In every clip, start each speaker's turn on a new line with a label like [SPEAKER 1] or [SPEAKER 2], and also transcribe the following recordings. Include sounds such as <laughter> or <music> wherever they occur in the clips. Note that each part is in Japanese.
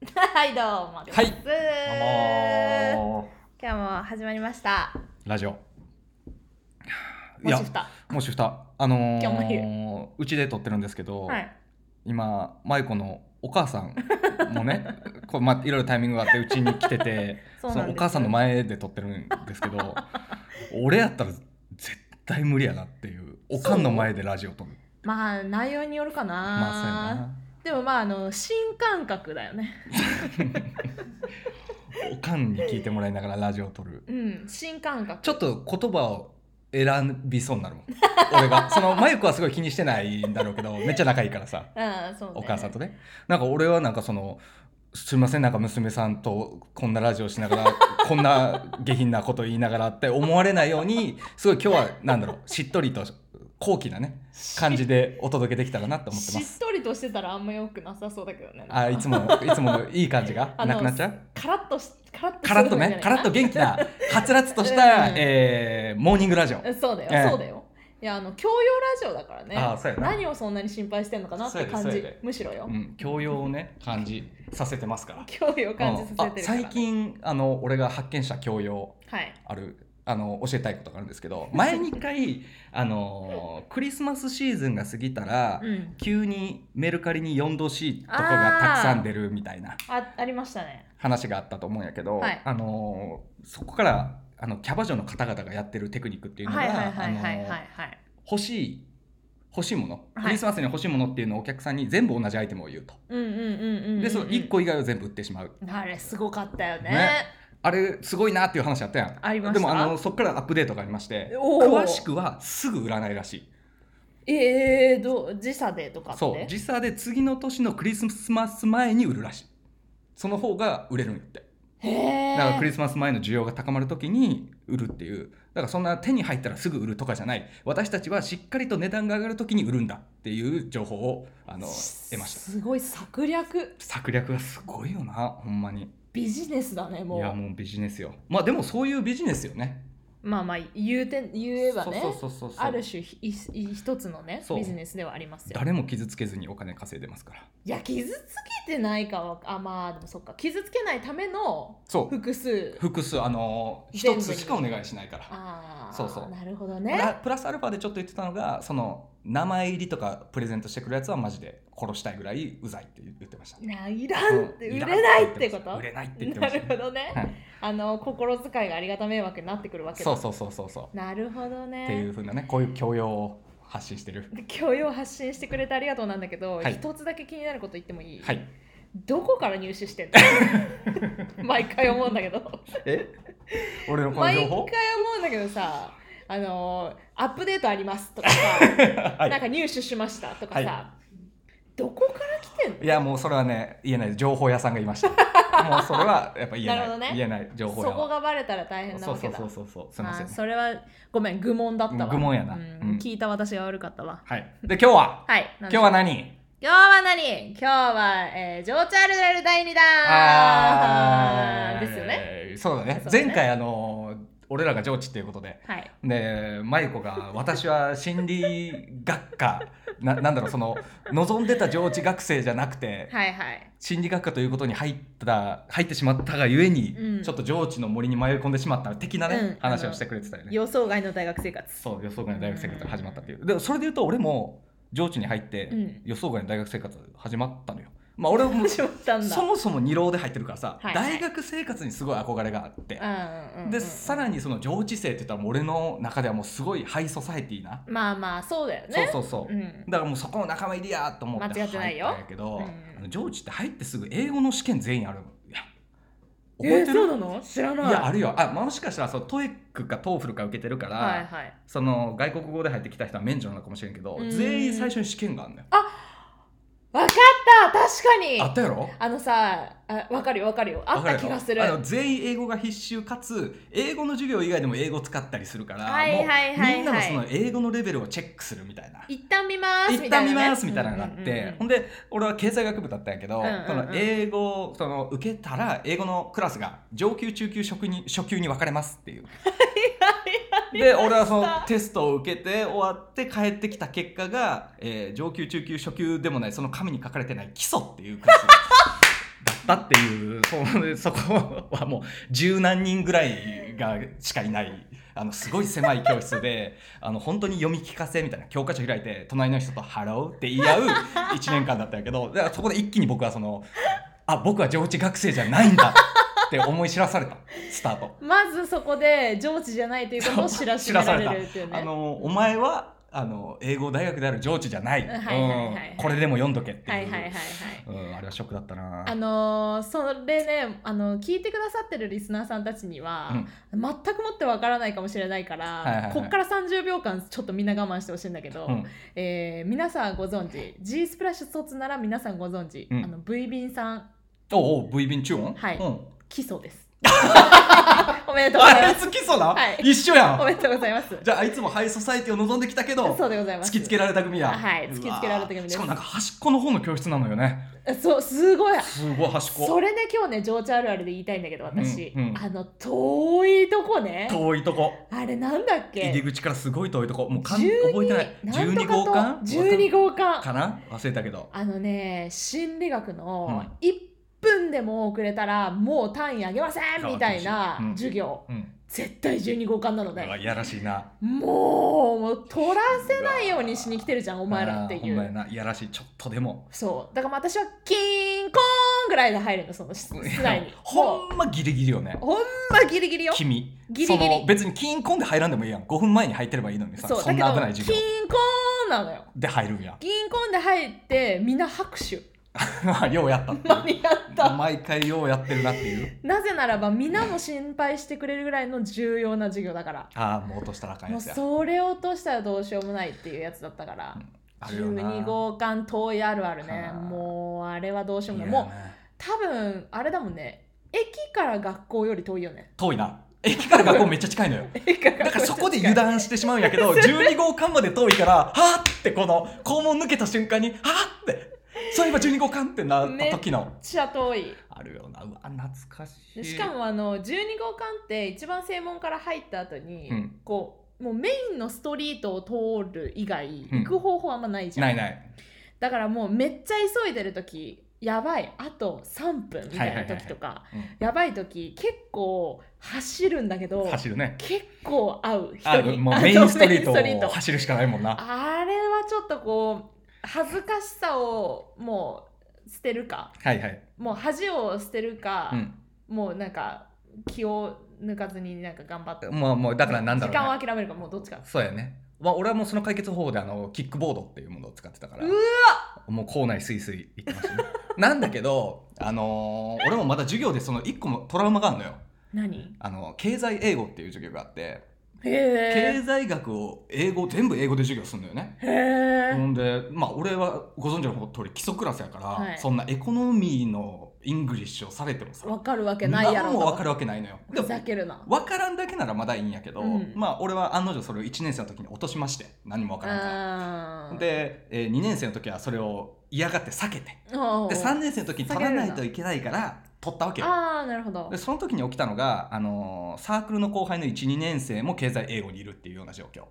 [SPEAKER 1] <laughs> はいどうも
[SPEAKER 2] はい
[SPEAKER 1] です今
[SPEAKER 2] も
[SPEAKER 1] 日も始まりました
[SPEAKER 2] うラジオ。い
[SPEAKER 1] も
[SPEAKER 2] や
[SPEAKER 1] し、ふた
[SPEAKER 2] もしふた、あの
[SPEAKER 1] 今日も
[SPEAKER 2] ー、うちで撮ってるんですけど、
[SPEAKER 1] はい
[SPEAKER 2] 今、舞子のお母さんもね、
[SPEAKER 1] <laughs>
[SPEAKER 2] こうまあ、いろいろタイミングがあって、うちに来てて、
[SPEAKER 1] そ
[SPEAKER 2] そ
[SPEAKER 1] な
[SPEAKER 2] う
[SPEAKER 1] ん
[SPEAKER 2] の
[SPEAKER 1] です
[SPEAKER 2] お母さんの前で撮ってるんです
[SPEAKER 1] <laughs>
[SPEAKER 2] けど、俺やったら絶対無理やなっていう、おかんの前でラジオ撮る。
[SPEAKER 1] まあ内容によるかな,、
[SPEAKER 2] まあ、そうや
[SPEAKER 1] でもまああの新感覚だよね
[SPEAKER 2] な。おかんに聞いてもらいながらラジオ撮る。
[SPEAKER 1] うん新感覚
[SPEAKER 2] ちょっと言葉を選びそうになるもん
[SPEAKER 1] <laughs>
[SPEAKER 2] 俺がそのマユ子はすごい気にしてないんだろうけどめっちゃ仲いいからさ
[SPEAKER 1] うんそうね
[SPEAKER 2] お母さんとねなんか俺はなんかその「すいませんなんか娘さんとこんなラジオしな
[SPEAKER 1] <laughs>
[SPEAKER 2] がらこんな下品なこと言いながら」って思われないようにすごい今日はなんだろうしっとりと高貴なね感じでお届けできたらなと思ってま
[SPEAKER 1] し
[SPEAKER 2] す
[SPEAKER 1] っとりとしてたらあんま良くなさそうだけどね
[SPEAKER 2] あいつもいつものいい感じ
[SPEAKER 1] <laughs>
[SPEAKER 2] が
[SPEAKER 1] あの
[SPEAKER 2] なくなっちゃう
[SPEAKER 1] カラッとしカラッと
[SPEAKER 2] カラッと
[SPEAKER 1] する
[SPEAKER 2] ね
[SPEAKER 1] んじ
[SPEAKER 2] カ
[SPEAKER 1] ゃな
[SPEAKER 2] ラ
[SPEAKER 1] い
[SPEAKER 2] ッと元
[SPEAKER 1] <laughs>
[SPEAKER 2] 気なはつらつとし
[SPEAKER 1] う
[SPEAKER 2] た、
[SPEAKER 1] ん
[SPEAKER 2] えーモーニングラジオ
[SPEAKER 1] うんそうだよ、
[SPEAKER 2] ええ
[SPEAKER 1] そうだよいやあの教養ラジオだからね
[SPEAKER 2] あそうやな
[SPEAKER 1] 何をそんなに心配してんのかなって感
[SPEAKER 2] そう
[SPEAKER 1] じ
[SPEAKER 2] やでそうやで
[SPEAKER 1] むしろよ、
[SPEAKER 2] うん、教養をね感じさせてますから。
[SPEAKER 1] 教養感じさせてるから、
[SPEAKER 2] あ最近あの俺が発見した教養
[SPEAKER 1] はい
[SPEAKER 2] あるあの教えたいことがあるんです
[SPEAKER 1] <laughs>
[SPEAKER 2] けど前に一回あのクリスマスシーズンが過ぎたら、
[SPEAKER 1] うん
[SPEAKER 2] 急にメルカリに 4°C とかがたくさん出るみたいな
[SPEAKER 1] あありましたね
[SPEAKER 2] 話があったと思うんやけど、
[SPEAKER 1] はい
[SPEAKER 2] あのそこからあのキャバ嬢の方々がやってるテクニックっていうのが、
[SPEAKER 1] はいはいはいはい
[SPEAKER 2] あ
[SPEAKER 1] は
[SPEAKER 2] の
[SPEAKER 1] いはい
[SPEAKER 2] 欲しい欲しいもの、
[SPEAKER 1] はい
[SPEAKER 2] クリスマスに欲しいものっていうのをお客さんに全部同じアイテムを言うと。
[SPEAKER 1] うんうんうんうんうんうん
[SPEAKER 2] でその1個以外を全部売ってしまう
[SPEAKER 1] あれすごかったよね
[SPEAKER 2] ねあれすごいなっていう話あったやん
[SPEAKER 1] ありました
[SPEAKER 2] でもあのそこからアップデートがありまして
[SPEAKER 1] おー
[SPEAKER 2] 詳しくはすぐ売らないらしい
[SPEAKER 1] ええー、どう時差でとかって
[SPEAKER 2] そう時差で次の年のクリスマス前に売るらしいその方が売れるんやって
[SPEAKER 1] へえ
[SPEAKER 2] だからクリスマス前の需要が高まる時に売るっていうだからそんな手に入ったらすぐ売るとかじゃない私たちはしっかりと値段が上がる時に売るんだっていう情報をあの得ました
[SPEAKER 1] すごい策略
[SPEAKER 2] 策略がすごいよなほんまに
[SPEAKER 1] ビジネスだね
[SPEAKER 2] い
[SPEAKER 1] もう
[SPEAKER 2] やもうビジネスよまあでもそういうビジネスよね
[SPEAKER 1] まあまあ言うて言えばね
[SPEAKER 2] そうそうそうそう
[SPEAKER 1] ある種ひいい一つのね
[SPEAKER 2] そう
[SPEAKER 1] ビジネスではありますよ
[SPEAKER 2] 誰も傷つけずにお金稼いでますから
[SPEAKER 1] いや傷つけてないかはあまあでもそっか傷つけないための
[SPEAKER 2] そう
[SPEAKER 1] 複数
[SPEAKER 2] 複数あのー
[SPEAKER 1] 全
[SPEAKER 2] 一
[SPEAKER 1] 部に
[SPEAKER 2] つしかお願いしないから
[SPEAKER 1] ああ
[SPEAKER 2] そうそう
[SPEAKER 1] なるほど
[SPEAKER 2] プ
[SPEAKER 1] ね
[SPEAKER 2] ラプラスアルファでちょっと言ってたのがその名前入りとかプレゼントしてくるやつはマジで殺したいぐらいうざいって言ってました、
[SPEAKER 1] ないらんって
[SPEAKER 2] うん
[SPEAKER 1] 売
[SPEAKER 2] ら
[SPEAKER 1] れないってこと
[SPEAKER 2] 売れないって言って
[SPEAKER 1] な
[SPEAKER 2] まし
[SPEAKER 1] る
[SPEAKER 2] た
[SPEAKER 1] ほどね、
[SPEAKER 2] はい
[SPEAKER 1] あの心遣いがありがた迷惑になってくるわけだ
[SPEAKER 2] そうそうそうそうそう
[SPEAKER 1] なるほどね
[SPEAKER 2] っていうふうなねこういう教養を発信してる
[SPEAKER 1] で教養を発信してくれてありがとうなんだけど、
[SPEAKER 2] はい
[SPEAKER 1] 一つだけ気になること言ってもいい、
[SPEAKER 2] はい
[SPEAKER 1] どこから入手してんの <laughs> 毎回思うんだけど
[SPEAKER 2] え俺のこの
[SPEAKER 1] 毎
[SPEAKER 2] 情
[SPEAKER 1] 回
[SPEAKER 2] 報
[SPEAKER 1] 思うんだけどさあのアップデートありますとかさ、
[SPEAKER 2] <laughs> は
[SPEAKER 1] なん
[SPEAKER 2] い
[SPEAKER 1] か入手しましたとかさ、
[SPEAKER 2] は
[SPEAKER 1] どこから来てんの
[SPEAKER 2] いやもうそれはね言えない情報屋さんがいました
[SPEAKER 1] <laughs>
[SPEAKER 2] もうそれはやっぱ言え
[SPEAKER 1] な
[SPEAKER 2] な
[SPEAKER 1] るほど
[SPEAKER 2] い
[SPEAKER 1] ね
[SPEAKER 2] 言えない情
[SPEAKER 1] そ
[SPEAKER 2] 報屋
[SPEAKER 1] こ
[SPEAKER 2] は
[SPEAKER 1] がバレたら大変な
[SPEAKER 2] そう
[SPEAKER 1] わ
[SPEAKER 2] そ
[SPEAKER 1] け
[SPEAKER 2] う
[SPEAKER 1] だ
[SPEAKER 2] そうそうそうすいません
[SPEAKER 1] あ
[SPEAKER 2] ね
[SPEAKER 1] ーそれはごめん愚問だったわ
[SPEAKER 2] 愚問やな
[SPEAKER 1] うん
[SPEAKER 2] うん
[SPEAKER 1] 聞いた私が悪かったわ
[SPEAKER 2] はいで今日は
[SPEAKER 1] はい
[SPEAKER 2] 今
[SPEAKER 1] 今
[SPEAKER 2] 日は何
[SPEAKER 1] 今日は何今日は、えー、情緒あるある第2弾
[SPEAKER 2] あー
[SPEAKER 1] ですよね。
[SPEAKER 2] そうだね
[SPEAKER 1] そうだね
[SPEAKER 2] 前回あの俺らが上智っていうことで
[SPEAKER 1] はい。
[SPEAKER 2] でマユ子が私は心理学科 <laughs> ななんだろうその望んでた上智学生じゃなくて
[SPEAKER 1] はいはい。
[SPEAKER 2] 心理学科ということに入った入ってしまったがゆえに、
[SPEAKER 1] うん
[SPEAKER 2] ちょっと上智の森に迷い込んでしまった的なね、
[SPEAKER 1] うん
[SPEAKER 2] 話をしてくれてたよね。
[SPEAKER 1] 予想外の大学生活。
[SPEAKER 2] そう予想外の大学生活が始まったっていう、でそれで言うと俺も上智に入って
[SPEAKER 1] うん
[SPEAKER 2] 予想外の大学生活始まったのよ。ま
[SPEAKER 1] <laughs>
[SPEAKER 2] あ俺も
[SPEAKER 1] 始まったんだ。
[SPEAKER 2] そもそも二浪で入ってるからさ、
[SPEAKER 1] はい
[SPEAKER 2] 大学生活にすごい憧れがあって、
[SPEAKER 1] うんうんうん、
[SPEAKER 2] でさらにその上智生って言ったらもう俺の中ではもうすごいハイソサエティな、
[SPEAKER 1] まあまあ、そうだよね。
[SPEAKER 2] そうそうそう、
[SPEAKER 1] うん。
[SPEAKER 2] だからもうそこの仲間入りやと思って
[SPEAKER 1] 間違
[SPEAKER 2] 入
[SPEAKER 1] っ
[SPEAKER 2] っ
[SPEAKER 1] て
[SPEAKER 2] た
[SPEAKER 1] なんいよ
[SPEAKER 2] やけど、
[SPEAKER 1] うん
[SPEAKER 2] あの上智って入ってすぐ英語の試験全員あるのいや覚
[SPEAKER 1] え
[SPEAKER 2] え
[SPEAKER 1] ー、
[SPEAKER 2] て
[SPEAKER 1] そう
[SPEAKER 2] る、
[SPEAKER 1] なの知らない。
[SPEAKER 2] いやあるよあもしかしたらそうトイックかトーフルか受けてるから、
[SPEAKER 1] はいはい。
[SPEAKER 2] その外国語で入ってきた人は免除なのかもしれんけど、
[SPEAKER 1] うん
[SPEAKER 2] 全員最初に試験があるんだよ、
[SPEAKER 1] わかった確かに
[SPEAKER 2] あったやろ
[SPEAKER 1] あのさ、あわかるよわかるよ。あった気がする。
[SPEAKER 2] あの全員英語が必修かつ英語の授業以外でも英語使ったりするから、
[SPEAKER 1] はいはいはいはい
[SPEAKER 2] もうみんなのその英語のレベルをチェックするみたいな。
[SPEAKER 1] 一旦見ます
[SPEAKER 2] 一
[SPEAKER 1] みた
[SPEAKER 2] 旦
[SPEAKER 1] いな、ね。
[SPEAKER 2] 見ますみたいなのがあって、
[SPEAKER 1] うんうんうんうん
[SPEAKER 2] ほんで俺は経済学部だったんやけど、
[SPEAKER 1] うんうんうん
[SPEAKER 2] その英語その受けたら英語のクラスが上級中級初級に初級に分かれますっていう。で俺はそのテストを受けて終わって帰ってきた結果が、えー上級中級初級でもないその紙に書かれてない基礎っていうクラスだったっていうそのそこはもう十何人ぐらいがしかいないあのすごい狭い教室で <laughs> あの本当に読み聞かせみたいな教科書開いて隣の人と「ハロー」って言い合う1年間だったんやけどだからそこで一気に僕はその「あ僕は上智学生じゃないんだ」って思い知らされたスタート。
[SPEAKER 1] まずそこで上智じゃないということを知らしめられるっていうね
[SPEAKER 2] あのお前はあの英語大学である上智じゃない、
[SPEAKER 1] はいはいはいはい
[SPEAKER 2] うんこれでも読んどけっていう、
[SPEAKER 1] はいはいはいはい
[SPEAKER 2] うん、あれはショックだったな
[SPEAKER 1] あのーそれねあの聞いてくださってるリスナーさんたちには、
[SPEAKER 2] うん
[SPEAKER 1] 全くもってわからないかもしれないから、
[SPEAKER 2] いはいはい
[SPEAKER 1] こっから30秒間ちょっとみんな我慢してほしいんだけど、
[SPEAKER 2] うん
[SPEAKER 1] えー皆さんご存知 G スプラッシュ卒なら皆さんご存知、
[SPEAKER 2] うん
[SPEAKER 1] あの V 便さん
[SPEAKER 2] おうおう V 便中音
[SPEAKER 1] はい
[SPEAKER 2] うん、
[SPEAKER 1] 基礎です
[SPEAKER 2] <laughs>
[SPEAKER 1] おめでとうござい
[SPEAKER 2] あ
[SPEAKER 1] ま
[SPEAKER 2] い
[SPEAKER 1] す
[SPEAKER 2] つ基礎だ、
[SPEAKER 1] はい
[SPEAKER 2] 一緒や
[SPEAKER 1] お
[SPEAKER 2] ん
[SPEAKER 1] めでとうございます
[SPEAKER 2] じゃああいつもハイソサイティを望んできたけど
[SPEAKER 1] そうでございます
[SPEAKER 2] 突きつけられた組や
[SPEAKER 1] はい突きつけられた組
[SPEAKER 2] うわ
[SPEAKER 1] です
[SPEAKER 2] しかもなんか端っこの方の教室なのよね
[SPEAKER 1] そうすごい
[SPEAKER 2] すごい端っ
[SPEAKER 1] そ
[SPEAKER 2] こ
[SPEAKER 1] れね今日ね情緒あるあるで言いたいんだけど私、
[SPEAKER 2] うんうん
[SPEAKER 1] あの遠いとこね
[SPEAKER 2] 遠いとこ
[SPEAKER 1] あれなんだっ
[SPEAKER 2] 入
[SPEAKER 1] け
[SPEAKER 2] り口からすごい遠いとこもうかん
[SPEAKER 1] 12
[SPEAKER 2] 覚えてない
[SPEAKER 1] なんと
[SPEAKER 2] 12
[SPEAKER 1] か
[SPEAKER 2] 号
[SPEAKER 1] と
[SPEAKER 2] 館
[SPEAKER 1] 12号
[SPEAKER 2] か
[SPEAKER 1] 館
[SPEAKER 2] な忘れたけど
[SPEAKER 1] あのね心理学の
[SPEAKER 2] うん
[SPEAKER 1] 1分でも遅れたらもう単位上げません
[SPEAKER 2] そう
[SPEAKER 1] みたいな
[SPEAKER 2] うん
[SPEAKER 1] 授業、
[SPEAKER 2] うん
[SPEAKER 1] 絶対12号館なの
[SPEAKER 2] うわ
[SPEAKER 1] ね
[SPEAKER 2] いやらしいな
[SPEAKER 1] もうもう取らせないようにしに来てるじゃんお
[SPEAKER 2] お
[SPEAKER 1] 前らってい
[SPEAKER 2] ほんまや
[SPEAKER 1] う
[SPEAKER 2] ないやらしいちょっとでも
[SPEAKER 1] そうだから私はキーンコーンぐらいで入るのその室室内にも
[SPEAKER 2] <laughs> ほんまギリギリよね
[SPEAKER 1] うほんまギリギリよ
[SPEAKER 2] 君
[SPEAKER 1] ギリギリ
[SPEAKER 2] その別に金込んで入らんでもいいやん5分前に入ってればいいのにさ
[SPEAKER 1] そ
[SPEAKER 2] そう
[SPEAKER 1] だ
[SPEAKER 2] ん
[SPEAKER 1] け
[SPEAKER 2] な
[SPEAKER 1] ど
[SPEAKER 2] 危ない授業
[SPEAKER 1] 金コーンなのよ
[SPEAKER 2] で入るんや <laughs>
[SPEAKER 1] 銀行で入ってみんな拍手
[SPEAKER 2] ようやった
[SPEAKER 1] 間に合 <laughs> った
[SPEAKER 2] 毎回ようやってるなっていう
[SPEAKER 1] なぜならば皆も心配してくれるぐらいの重要な授業だから
[SPEAKER 2] ああもう落としたらあかん
[SPEAKER 1] も
[SPEAKER 2] や
[SPEAKER 1] う
[SPEAKER 2] つや
[SPEAKER 1] それを落としたらどうしようもないっていうやつだったから
[SPEAKER 2] あるよな
[SPEAKER 1] 12号館遠いあるあるね
[SPEAKER 2] はあ
[SPEAKER 1] もうあれはどうしようもない
[SPEAKER 2] いや
[SPEAKER 1] もう
[SPEAKER 2] ね
[SPEAKER 1] 多分あれだもんね駅から学校より遠いよ
[SPEAKER 2] <laughs>
[SPEAKER 1] ね
[SPEAKER 2] 遠いな駅から学校めっちゃ近い
[SPEAKER 1] <laughs>
[SPEAKER 2] のよ
[SPEAKER 1] 駅から
[SPEAKER 2] だからそこで
[SPEAKER 1] 油
[SPEAKER 2] 油
[SPEAKER 1] 断
[SPEAKER 2] 断してしまうんやけ
[SPEAKER 1] <laughs>
[SPEAKER 2] ど12号館まで遠いからはあってこの校門抜けた瞬間にはあってそういえば12号館ってなった時の
[SPEAKER 1] めっちゃ遠い
[SPEAKER 2] あるよなうわ懐かし
[SPEAKER 1] で
[SPEAKER 2] い
[SPEAKER 1] しかもあの12号館って一番正門から入った後に、
[SPEAKER 2] うん
[SPEAKER 1] こうもうメインのストリートを通る以外
[SPEAKER 2] う
[SPEAKER 1] 行
[SPEAKER 2] ん
[SPEAKER 1] く方法あんまないじゃん、
[SPEAKER 2] ないない
[SPEAKER 1] だからもうめっちゃ急いでる時やばいあと3分みたいな時とか、
[SPEAKER 2] うん
[SPEAKER 1] やばい時結構走るんだけど
[SPEAKER 2] 走るね
[SPEAKER 1] 結構合う人
[SPEAKER 2] あ
[SPEAKER 1] に
[SPEAKER 2] もう
[SPEAKER 1] あ
[SPEAKER 2] メインスト
[SPEAKER 1] そ
[SPEAKER 2] リー
[SPEAKER 1] うメインス
[SPEAKER 2] トを
[SPEAKER 1] トリート
[SPEAKER 2] 走るしかないもんな。
[SPEAKER 1] あれはちょっとこう恥ずかしさをもう捨てるか
[SPEAKER 2] はいはい。
[SPEAKER 1] もう恥を捨てるか、
[SPEAKER 2] うん。
[SPEAKER 1] もうなんか気を抜かずになんか頑張って
[SPEAKER 2] もうもうだからなんだろう、ね。
[SPEAKER 1] 時間を諦めるかもうどっちか
[SPEAKER 2] そうやね。まあ俺はもうその解決方法であのキックボードっていうものを使ってたから。
[SPEAKER 1] う
[SPEAKER 2] もう校内スイスイ行ってましたね。 <laughs> なんだけど、あのー俺もまだ授業でその一個もトラウマがあるのよ。
[SPEAKER 1] 何
[SPEAKER 2] あの経済英語っていう授業があって、
[SPEAKER 1] へえ
[SPEAKER 2] 経済学を英語全部英語で授業するのよね。
[SPEAKER 1] へえ
[SPEAKER 2] ほんで、まあ、俺はご存知の通り基礎クラスやから、
[SPEAKER 1] はい
[SPEAKER 2] そんなエコノミーのイングリッシュをされてもさ
[SPEAKER 1] わかるわけないやろ
[SPEAKER 2] 何
[SPEAKER 1] と
[SPEAKER 2] も分かるわけないのよで
[SPEAKER 1] ふざけるな
[SPEAKER 2] 分からんだけならまだいいんやけど、
[SPEAKER 1] うん
[SPEAKER 2] まあ俺は案の定それを1年生の時に落としまして何も分からんから
[SPEAKER 1] あー
[SPEAKER 2] で、え2年生の時はそれを嫌がって避けて
[SPEAKER 1] おうおう
[SPEAKER 2] で3年生の時に取らないといけないから取ったわけよ
[SPEAKER 1] ああなるほど
[SPEAKER 2] でその時に起きたのが、あのーサークルの後輩の12年生も経済英語にいるっていうような状況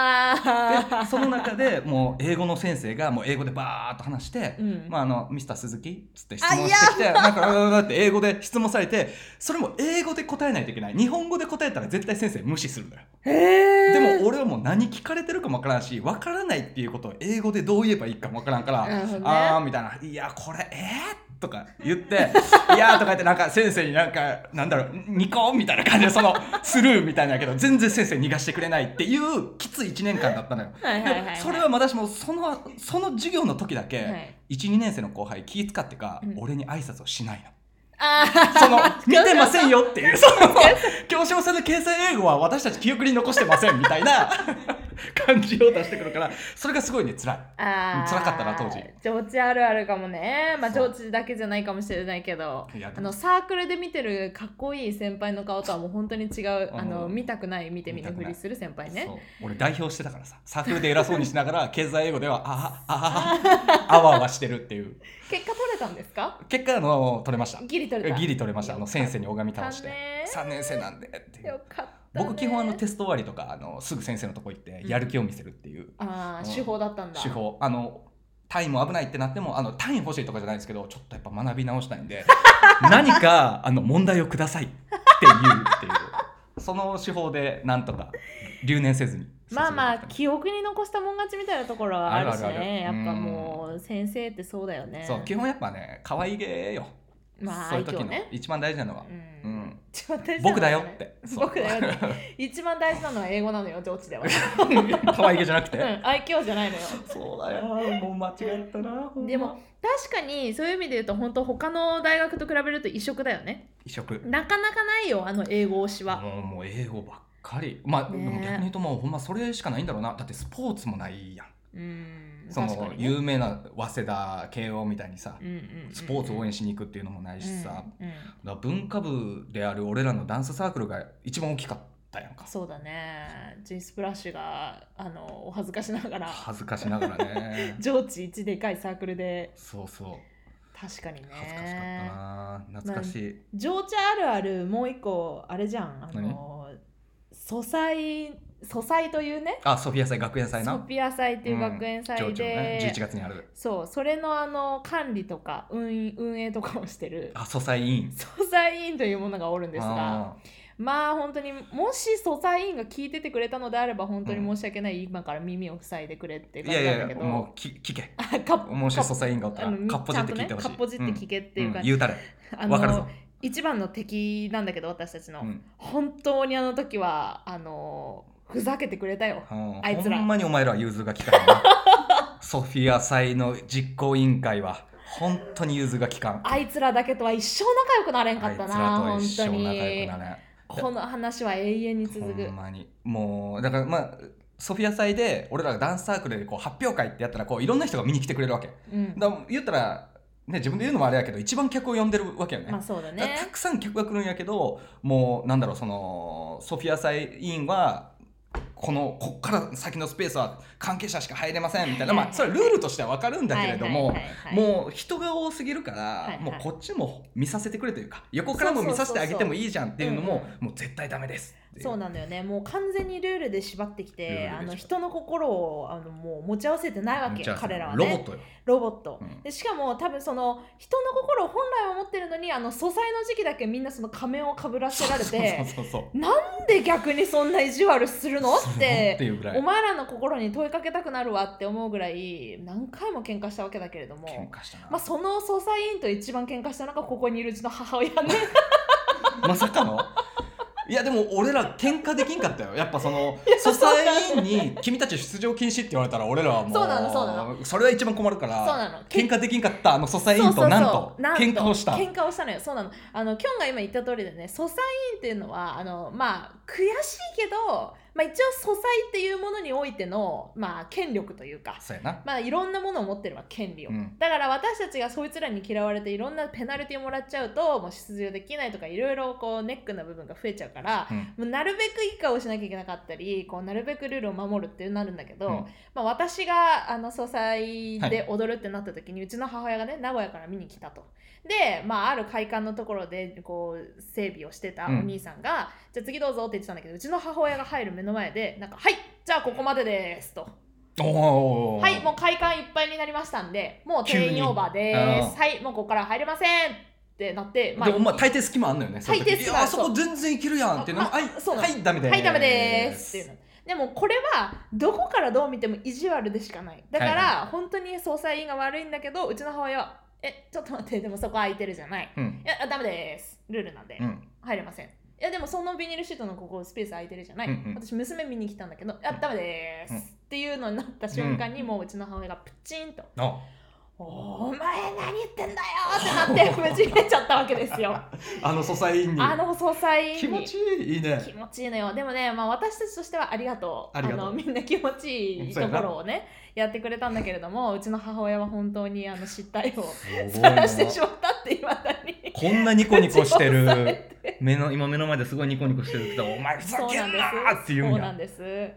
[SPEAKER 1] ああ <laughs>
[SPEAKER 2] でその中でもう英語の先生がもう英語でバーッと話して
[SPEAKER 1] う、ん
[SPEAKER 2] まあ、あのミスター鈴木つって質問してきてなんかうわうわうわって英語で質問されてそれも英語で答えないといけない日本語で答えたら絶対先生無視するのよ
[SPEAKER 1] へえ
[SPEAKER 2] でも俺はもう何聞かれてるかもわからんしわからないっていうことを英語でどう言えばいいかもわからんから、
[SPEAKER 1] なるほどね
[SPEAKER 2] あーみたいな「いやこれえー?」とか言って「いや」とか言ってなんか先生になんかなんだろうニコンみたいな感じでそのスルーみたいなんやけど全然先生逃がしてくれないっていうきつい1年間だったのよ。
[SPEAKER 1] はいはいはいは
[SPEAKER 2] で
[SPEAKER 1] い
[SPEAKER 2] それは私もそのその授業の時だけ、
[SPEAKER 1] はい
[SPEAKER 2] 12年生の後輩気使ってか、
[SPEAKER 1] うん
[SPEAKER 2] 俺に挨拶をしない
[SPEAKER 1] <laughs>
[SPEAKER 2] の。
[SPEAKER 1] あ
[SPEAKER 2] その見
[SPEAKER 1] <laughs>
[SPEAKER 2] てませんよっていうその教師さんの掲載英語は私たち記憶に残してませんみたい
[SPEAKER 1] <laughs>
[SPEAKER 2] な感じを出してくるからそれがすごいね辛い。
[SPEAKER 1] あ
[SPEAKER 2] 辛かったな当時
[SPEAKER 1] 上智あるあるかもねまあ
[SPEAKER 2] そ
[SPEAKER 1] 上
[SPEAKER 2] う
[SPEAKER 1] 智だけじゃないかもしれないけど
[SPEAKER 2] いやで
[SPEAKER 1] あ
[SPEAKER 2] も
[SPEAKER 1] のサークルで見てるかっこいい先輩の顔とはもう本当に違うあの
[SPEAKER 2] うん
[SPEAKER 1] 見たくない見て見ぬふ
[SPEAKER 2] 見たくな
[SPEAKER 1] り
[SPEAKER 2] い
[SPEAKER 1] する先輩ね
[SPEAKER 2] そう俺代表してたからさサークルで偉そうにしなが
[SPEAKER 1] <laughs>
[SPEAKER 2] ら経済英語ではあああああわあわしてるっていう
[SPEAKER 1] 結果取れたんですか
[SPEAKER 2] 結果あの取れました
[SPEAKER 1] ギリ取れた
[SPEAKER 2] ギリ取れましたあの先生に拝み倒して
[SPEAKER 1] よ
[SPEAKER 2] 3年生なんでっていう
[SPEAKER 1] かったね
[SPEAKER 2] 僕基本あのテスト終わりとかあのすぐ先生のとこ行ってやる気を見せるっていう
[SPEAKER 1] ああ
[SPEAKER 2] うん
[SPEAKER 1] 手法だったんだ
[SPEAKER 2] 手法あの単位も危ないってなってもあの単位欲しいとかじゃないですけどちょっとやっぱ学び直したい
[SPEAKER 1] <laughs>
[SPEAKER 2] んで何かあの問題をくださいって言うっていうその手法でなんとか留年せずに
[SPEAKER 1] まあまあ
[SPEAKER 2] 卒業でき
[SPEAKER 1] 記憶に残したもん勝ちみたいなところはあるしね
[SPEAKER 2] あるあるある
[SPEAKER 1] やっぱもう先生ってそうだよね
[SPEAKER 2] たそう基本やっぱね可愛げよ、
[SPEAKER 1] まあ
[SPEAKER 2] そう
[SPEAKER 1] 愛
[SPEAKER 2] いう時
[SPEAKER 1] 嬌
[SPEAKER 2] の
[SPEAKER 1] ね
[SPEAKER 2] 一番大事なのは、
[SPEAKER 1] う
[SPEAKER 2] うんん、
[SPEAKER 1] 一番大事なのはね
[SPEAKER 2] 僕だよ
[SPEAKER 1] <laughs>
[SPEAKER 2] ってそう
[SPEAKER 1] 僕だよって一番大事なのは英語なのよ上
[SPEAKER 2] <laughs>
[SPEAKER 1] 智では、
[SPEAKER 2] 可愛げじゃなく
[SPEAKER 1] う
[SPEAKER 2] て、
[SPEAKER 1] ん、愛嬌じゃないのよ
[SPEAKER 2] そうだよもう間違ったなほんま
[SPEAKER 1] でも確かにそういう意味で言うと本当他の大学と比べると異色だよね
[SPEAKER 2] 異色
[SPEAKER 1] なかなかないよあの英語推しは、
[SPEAKER 2] もうもう英語ばっかりまあ、
[SPEAKER 1] ねえ
[SPEAKER 2] でも逆に言うともうほんまそれしかないんだろうなだってスポーツもないやん
[SPEAKER 1] うん、
[SPEAKER 2] そ
[SPEAKER 1] 確
[SPEAKER 2] の
[SPEAKER 1] かにね
[SPEAKER 2] 有名な早稲田慶応みたいにさ、
[SPEAKER 1] うんうんうん
[SPEAKER 2] スポーツ応援しに行くっていうのもないしさ、だか
[SPEAKER 1] うんうん
[SPEAKER 2] ら文化部である俺らのダンスサークルが一番大きかったやんか
[SPEAKER 1] そうだねジンスプラッシュがあのお恥ずかしながら
[SPEAKER 2] 恥ずかしながらね
[SPEAKER 1] <laughs> 上智一でかいサークルで
[SPEAKER 2] そうそう
[SPEAKER 1] 確かにね
[SPEAKER 2] 恥ずかしかったな懐かしい、
[SPEAKER 1] 上智あるあるもう一個あれじゃんあの素祭素祭というね
[SPEAKER 2] あソフィア祭学園祭
[SPEAKER 1] ソ
[SPEAKER 2] な
[SPEAKER 1] ピア祭っていう学園
[SPEAKER 2] 情緒
[SPEAKER 1] 祭
[SPEAKER 2] の
[SPEAKER 1] で、
[SPEAKER 2] ね11月にある
[SPEAKER 1] そうそれのあの管理とか運運営とかをしてる <laughs>
[SPEAKER 2] あソサイ委員
[SPEAKER 1] 素材委員というものがおるんですが
[SPEAKER 2] あ
[SPEAKER 1] まあ本当にもし素材委員が聞いててくれたのであれば本当に申し訳ない、今から耳を塞いでくれって
[SPEAKER 2] ー
[SPEAKER 1] 感
[SPEAKER 2] い
[SPEAKER 1] じな
[SPEAKER 2] や
[SPEAKER 1] ん
[SPEAKER 2] い
[SPEAKER 1] だ
[SPEAKER 2] や
[SPEAKER 1] けど
[SPEAKER 2] もうき聞け
[SPEAKER 1] あかっ
[SPEAKER 2] もしソサイ委員がおった
[SPEAKER 1] あ
[SPEAKER 2] ら
[SPEAKER 1] の
[SPEAKER 2] かっぽじって聞いて
[SPEAKER 1] ちゃんとね
[SPEAKER 2] ほしい
[SPEAKER 1] かっぽじって聞けっていう
[SPEAKER 2] うん
[SPEAKER 1] 感じ、
[SPEAKER 2] 言うたれ
[SPEAKER 1] あ
[SPEAKER 2] わかる
[SPEAKER 1] の
[SPEAKER 2] ぞ、
[SPEAKER 1] 一番の敵なんだけど私たちの、
[SPEAKER 2] うん
[SPEAKER 1] 本当にあの時はあのふざけてくれたよ
[SPEAKER 2] うん
[SPEAKER 1] あいつら
[SPEAKER 2] ほんまにお前らは融通が利かんな <laughs> ソフィア祭の実行委員会は本当に融通が利かん
[SPEAKER 1] あいつらだけとは一生仲良くなれんかったな
[SPEAKER 2] あ
[SPEAKER 1] 本
[SPEAKER 2] いつ
[SPEAKER 1] 当
[SPEAKER 2] らと一生
[SPEAKER 1] に
[SPEAKER 2] 仲良くなれん
[SPEAKER 1] この話は永遠に続く
[SPEAKER 2] ほんまにもうだからまあソフィア祭で俺らがダンスサークルでこう発表会ってやったらこういろんな人が見に来てくれるわけ
[SPEAKER 1] うん
[SPEAKER 2] だから言ったら、ね、自分で言うのもあれやけど一番客を呼んでるわけよね、
[SPEAKER 1] まあそうだ
[SPEAKER 2] だからた
[SPEAKER 1] ね
[SPEAKER 2] くさん客が来るんやけどもうなんだろうそのソフィア祭委員はこのこっから先のスペースは関係者しか入れませんみたいな、まあ、それはルールとしては分かるんだけれども、
[SPEAKER 1] はいはいはいはい
[SPEAKER 2] もう人が多すぎるから、
[SPEAKER 1] いはい
[SPEAKER 2] もうこっちも見させてくれというか横からも見させてあげてもいいじゃんっていうの
[SPEAKER 1] そう
[SPEAKER 2] も
[SPEAKER 1] そうそう
[SPEAKER 2] もう絶対ダメですってい
[SPEAKER 1] そうなんだよねもう完全にルールで縛ってき
[SPEAKER 2] ルール
[SPEAKER 1] て
[SPEAKER 2] で
[SPEAKER 1] あの
[SPEAKER 2] 縛る
[SPEAKER 1] 人の心をあのもう持ち合わせてないわけ
[SPEAKER 2] じゃあ
[SPEAKER 1] 彼らは
[SPEAKER 2] ロボッ
[SPEAKER 1] ね
[SPEAKER 2] トよ
[SPEAKER 1] ロボット、
[SPEAKER 2] うん
[SPEAKER 1] でしかも多分その人の心を本来は持ってるのにあの素材の時期だけみんなその仮面をかぶらせられて
[SPEAKER 2] そうそうそうそう
[SPEAKER 1] なんで逆にそんな意地悪するのっ
[SPEAKER 2] そうって
[SPEAKER 1] て
[SPEAKER 2] いうぐら
[SPEAKER 1] お
[SPEAKER 2] い
[SPEAKER 1] 前らの心に問いかけたくなるわって思うぐらい何回も喧嘩したわけだけれど
[SPEAKER 2] 喧
[SPEAKER 1] も、
[SPEAKER 2] 嘩したな、
[SPEAKER 1] まあ、その捜査員と一番喧嘩したのがここにいるうちの母親ね
[SPEAKER 2] <laughs> まさかのいやでも俺ら喧嘩できんかったよやっぱその
[SPEAKER 1] いや
[SPEAKER 2] 組織委員に「君たち出場禁止」って言われたら俺らはもう
[SPEAKER 1] そうなのそうな
[SPEAKER 2] それは一番困るか
[SPEAKER 1] そうな
[SPEAKER 2] ら
[SPEAKER 1] の
[SPEAKER 2] 喧嘩できんかったあの組織委員となんと喧嘩をした
[SPEAKER 1] 喧嘩をしたのよそうなのあのキョンが今言った通りでね素材員っていうのはあのまあ悔しいけど、まあ、一応素材っていうものにおいての、まあ、権力というか
[SPEAKER 2] そうやな
[SPEAKER 1] まあいろんなものを持ってるわ権利を、
[SPEAKER 2] うん
[SPEAKER 1] だから私たちがそいつらに嫌われていろんなペナルティをもらっちゃうともう出場できないとかいろいろこうネックな部分が増えちゃうから、
[SPEAKER 2] うん
[SPEAKER 1] もうなるべく以下をしなきゃいけなかったりこうなるべくルールを守るっていうなるんだけど、
[SPEAKER 2] うん
[SPEAKER 1] まあ、私があの素材で踊るってなった時に、うちの母親がね名古屋から見に来たと。で、まあ、ある会館のところでこう整備をしてたお兄さんが、じゃあ次どうぞって言ってたんだけどうちの母親が入る目の前でなんか「はいじゃあここまでです」と。
[SPEAKER 2] おーおーおー
[SPEAKER 1] はい、もう会館いっぱいになりましたんで、もう定員オーバーで
[SPEAKER 2] 急にう
[SPEAKER 1] す。はい、もうここから入れませんってなって、
[SPEAKER 2] でもまあ大抵隙間あんのよねそういう時
[SPEAKER 1] 大抵隙間
[SPEAKER 2] いやあそ
[SPEAKER 1] そう
[SPEAKER 2] こ全然いけるやんっていうのも
[SPEAKER 1] あ
[SPEAKER 2] はい
[SPEAKER 1] そうな
[SPEAKER 2] は
[SPEAKER 1] の
[SPEAKER 2] いダメです
[SPEAKER 1] はい、ダメですっていうの。でもこれはどこからどう見ても意地悪でしかない。だから、
[SPEAKER 2] はい
[SPEAKER 1] 本当に捜査員が悪いんだけど、うちの母親は、え、ちょっと待って、でもそこ空いてるじゃない。
[SPEAKER 2] うん
[SPEAKER 1] いや、あダメです。ルールなんで、
[SPEAKER 2] うん
[SPEAKER 1] 入れません。いや、でもそのビニールシートのここスペース空いてるじゃない。
[SPEAKER 2] うんうん
[SPEAKER 1] 私、娘見に来たんだけど、あ
[SPEAKER 2] うん
[SPEAKER 1] ダメです、
[SPEAKER 2] うん
[SPEAKER 1] っていうのになった瞬間に、もううちの母親がプチンと。
[SPEAKER 2] あ
[SPEAKER 1] お前何言ってんだよってなって
[SPEAKER 2] <laughs>
[SPEAKER 1] 無事入れちゃったわけですよ
[SPEAKER 2] あの素材委員に
[SPEAKER 1] あの総裁
[SPEAKER 2] 気持ちいいいい
[SPEAKER 1] 気
[SPEAKER 2] ね
[SPEAKER 1] 持ちいいのよでもね、まあ、私たちとしてはありがとう
[SPEAKER 2] ありがとう
[SPEAKER 1] のみんな気持ちいいところをねやってくれたんだけれどもうちの母親は本当にあの失態を
[SPEAKER 2] すごいな
[SPEAKER 1] 晒 <laughs> してしまったっていまだに
[SPEAKER 2] こんなニコニコし
[SPEAKER 1] 口を
[SPEAKER 2] て
[SPEAKER 1] 押さ
[SPEAKER 2] る
[SPEAKER 1] え <laughs>
[SPEAKER 2] 目の今目の前ですごいニコニコしてるけどお前ふざ
[SPEAKER 1] そう
[SPEAKER 2] け
[SPEAKER 1] なん
[SPEAKER 2] ん
[SPEAKER 1] で
[SPEAKER 2] なーっ
[SPEAKER 1] す
[SPEAKER 2] て言
[SPEAKER 1] そ
[SPEAKER 2] うん
[SPEAKER 1] うな
[SPEAKER 2] や
[SPEAKER 1] んです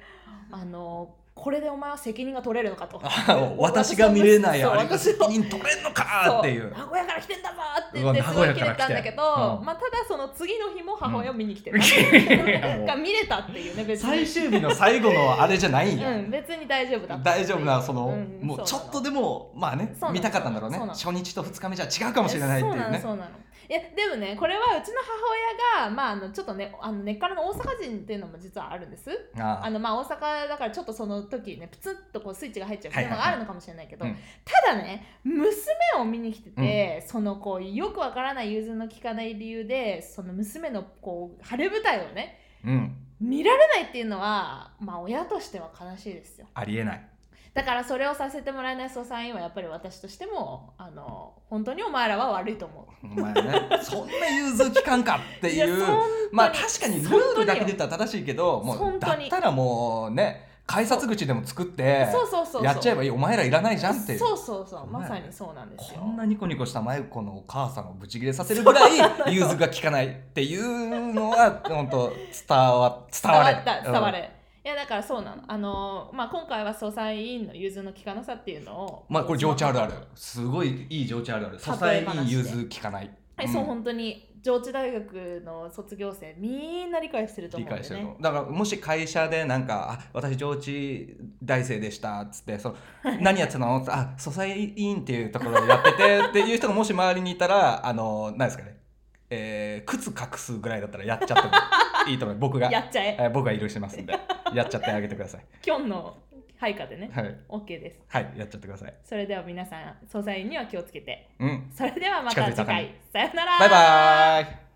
[SPEAKER 1] あのこれでお前は責任が取れるのかと
[SPEAKER 2] あ私が見れない
[SPEAKER 1] そう
[SPEAKER 2] あれが
[SPEAKER 1] 私を
[SPEAKER 2] 責任取れんのかってい
[SPEAKER 1] そう
[SPEAKER 2] う
[SPEAKER 1] 名古屋から来てんだぞって
[SPEAKER 2] う
[SPEAKER 1] 言
[SPEAKER 2] わ
[SPEAKER 1] って
[SPEAKER 2] 名
[SPEAKER 1] す
[SPEAKER 2] 古
[SPEAKER 1] ごい切
[SPEAKER 2] 屋か
[SPEAKER 1] れ
[SPEAKER 2] ら来て
[SPEAKER 1] たんだけど、
[SPEAKER 2] うん
[SPEAKER 1] まあ、ただその次の日も母親を見に来てる、 <laughs>
[SPEAKER 2] いやもう
[SPEAKER 1] が見れたっていうね別に
[SPEAKER 2] 最終日の最後のあれじゃないんや、
[SPEAKER 1] うん、別に大丈夫だった
[SPEAKER 2] 大丈夫なその、
[SPEAKER 1] うん
[SPEAKER 2] もう
[SPEAKER 1] そう
[SPEAKER 2] ち
[SPEAKER 1] な
[SPEAKER 2] ょ
[SPEAKER 1] の
[SPEAKER 2] っとでもまあね
[SPEAKER 1] そうなの
[SPEAKER 2] 見たかったんだろうね
[SPEAKER 1] そうなの
[SPEAKER 2] 初日と2日目じゃ違うかもしれないっていう
[SPEAKER 1] え
[SPEAKER 2] ね
[SPEAKER 1] そうなのそうなのいやでもねこれはうちの母親が、まあ、あのちょっとねあの根っからの大阪人っていうのも実はあるんです
[SPEAKER 2] あ
[SPEAKER 1] あのまあ大阪だからちょっとその時ねプツンとこうスイッチが入っちゃうっていうのが
[SPEAKER 2] はい
[SPEAKER 1] あ
[SPEAKER 2] はいはい
[SPEAKER 1] るのかもしれないけど、
[SPEAKER 2] うん
[SPEAKER 1] ただね娘を見に来てて、そのこうよくわからない融通の利かない理由でその娘のこう晴れ舞台をね
[SPEAKER 2] うん
[SPEAKER 1] 見られないっていうのはまあ親としては悲しいですよ
[SPEAKER 2] ありえない
[SPEAKER 1] だからそれをさせてもらえない捜査員はやっぱり私としてもあの本当にお前らは悪いと思う
[SPEAKER 2] お前
[SPEAKER 1] <laughs>
[SPEAKER 2] ねそんな融通きかんかって
[SPEAKER 1] い
[SPEAKER 2] い
[SPEAKER 1] や
[SPEAKER 2] う
[SPEAKER 1] そんなに
[SPEAKER 2] まあ確かにル
[SPEAKER 1] 本
[SPEAKER 2] ー
[SPEAKER 1] 当
[SPEAKER 2] ル
[SPEAKER 1] によ
[SPEAKER 2] だけで言ったら正しいけども
[SPEAKER 1] 本
[SPEAKER 2] う
[SPEAKER 1] 当
[SPEAKER 2] だ
[SPEAKER 1] に
[SPEAKER 2] ったらもうね改札口でも作って
[SPEAKER 1] そうそうそうそう
[SPEAKER 2] やっちゃえばいいお前らいらないじゃんっていう
[SPEAKER 1] そうそうそうまさにそうなんですよ
[SPEAKER 2] こんなニコニコしたマユ子のお母さんをブチギレさせるぐらい融通が利かないっていうのは <laughs> 本当伝わ伝
[SPEAKER 1] 伝
[SPEAKER 2] わ
[SPEAKER 1] わ
[SPEAKER 2] れ
[SPEAKER 1] った伝わ
[SPEAKER 2] うん
[SPEAKER 1] れ、いやだからそうなのあのまあ今回は捜査員の融通の利かなさっていうのを
[SPEAKER 2] まあこれ情緒あるあるすごいいい情緒あるある支
[SPEAKER 1] 例
[SPEAKER 2] え
[SPEAKER 1] え話
[SPEAKER 2] に
[SPEAKER 1] で
[SPEAKER 2] 融通利かない
[SPEAKER 1] はいそう、
[SPEAKER 2] うん
[SPEAKER 1] 本当に上智大学の卒業生みんな理解してると
[SPEAKER 2] 理
[SPEAKER 1] 思うん
[SPEAKER 2] 解
[SPEAKER 1] で
[SPEAKER 2] してる
[SPEAKER 1] ね
[SPEAKER 2] のだからもし会社でなんか「あ私上智大生でした」っつって
[SPEAKER 1] <laughs>
[SPEAKER 2] その「何やってたの?」ってあ組織委員っていうところでやってて」っていう人がもし周りにいたらあの何ですかね、えー靴隠すぐらいだったらやっちゃってもいいと思う僕が、
[SPEAKER 1] や
[SPEAKER 2] え
[SPEAKER 1] っちゃえ
[SPEAKER 2] ー僕が許しますんでやっちゃってあげてください
[SPEAKER 1] 今日の配下でね
[SPEAKER 2] はい、
[SPEAKER 1] OK です
[SPEAKER 2] はい、やっちゃってください
[SPEAKER 1] それでは皆さん捜査員には気をつけて
[SPEAKER 2] うん
[SPEAKER 1] それではまた
[SPEAKER 2] 近づいた
[SPEAKER 1] 次
[SPEAKER 2] かな
[SPEAKER 1] 回さよなら
[SPEAKER 2] バイバーイ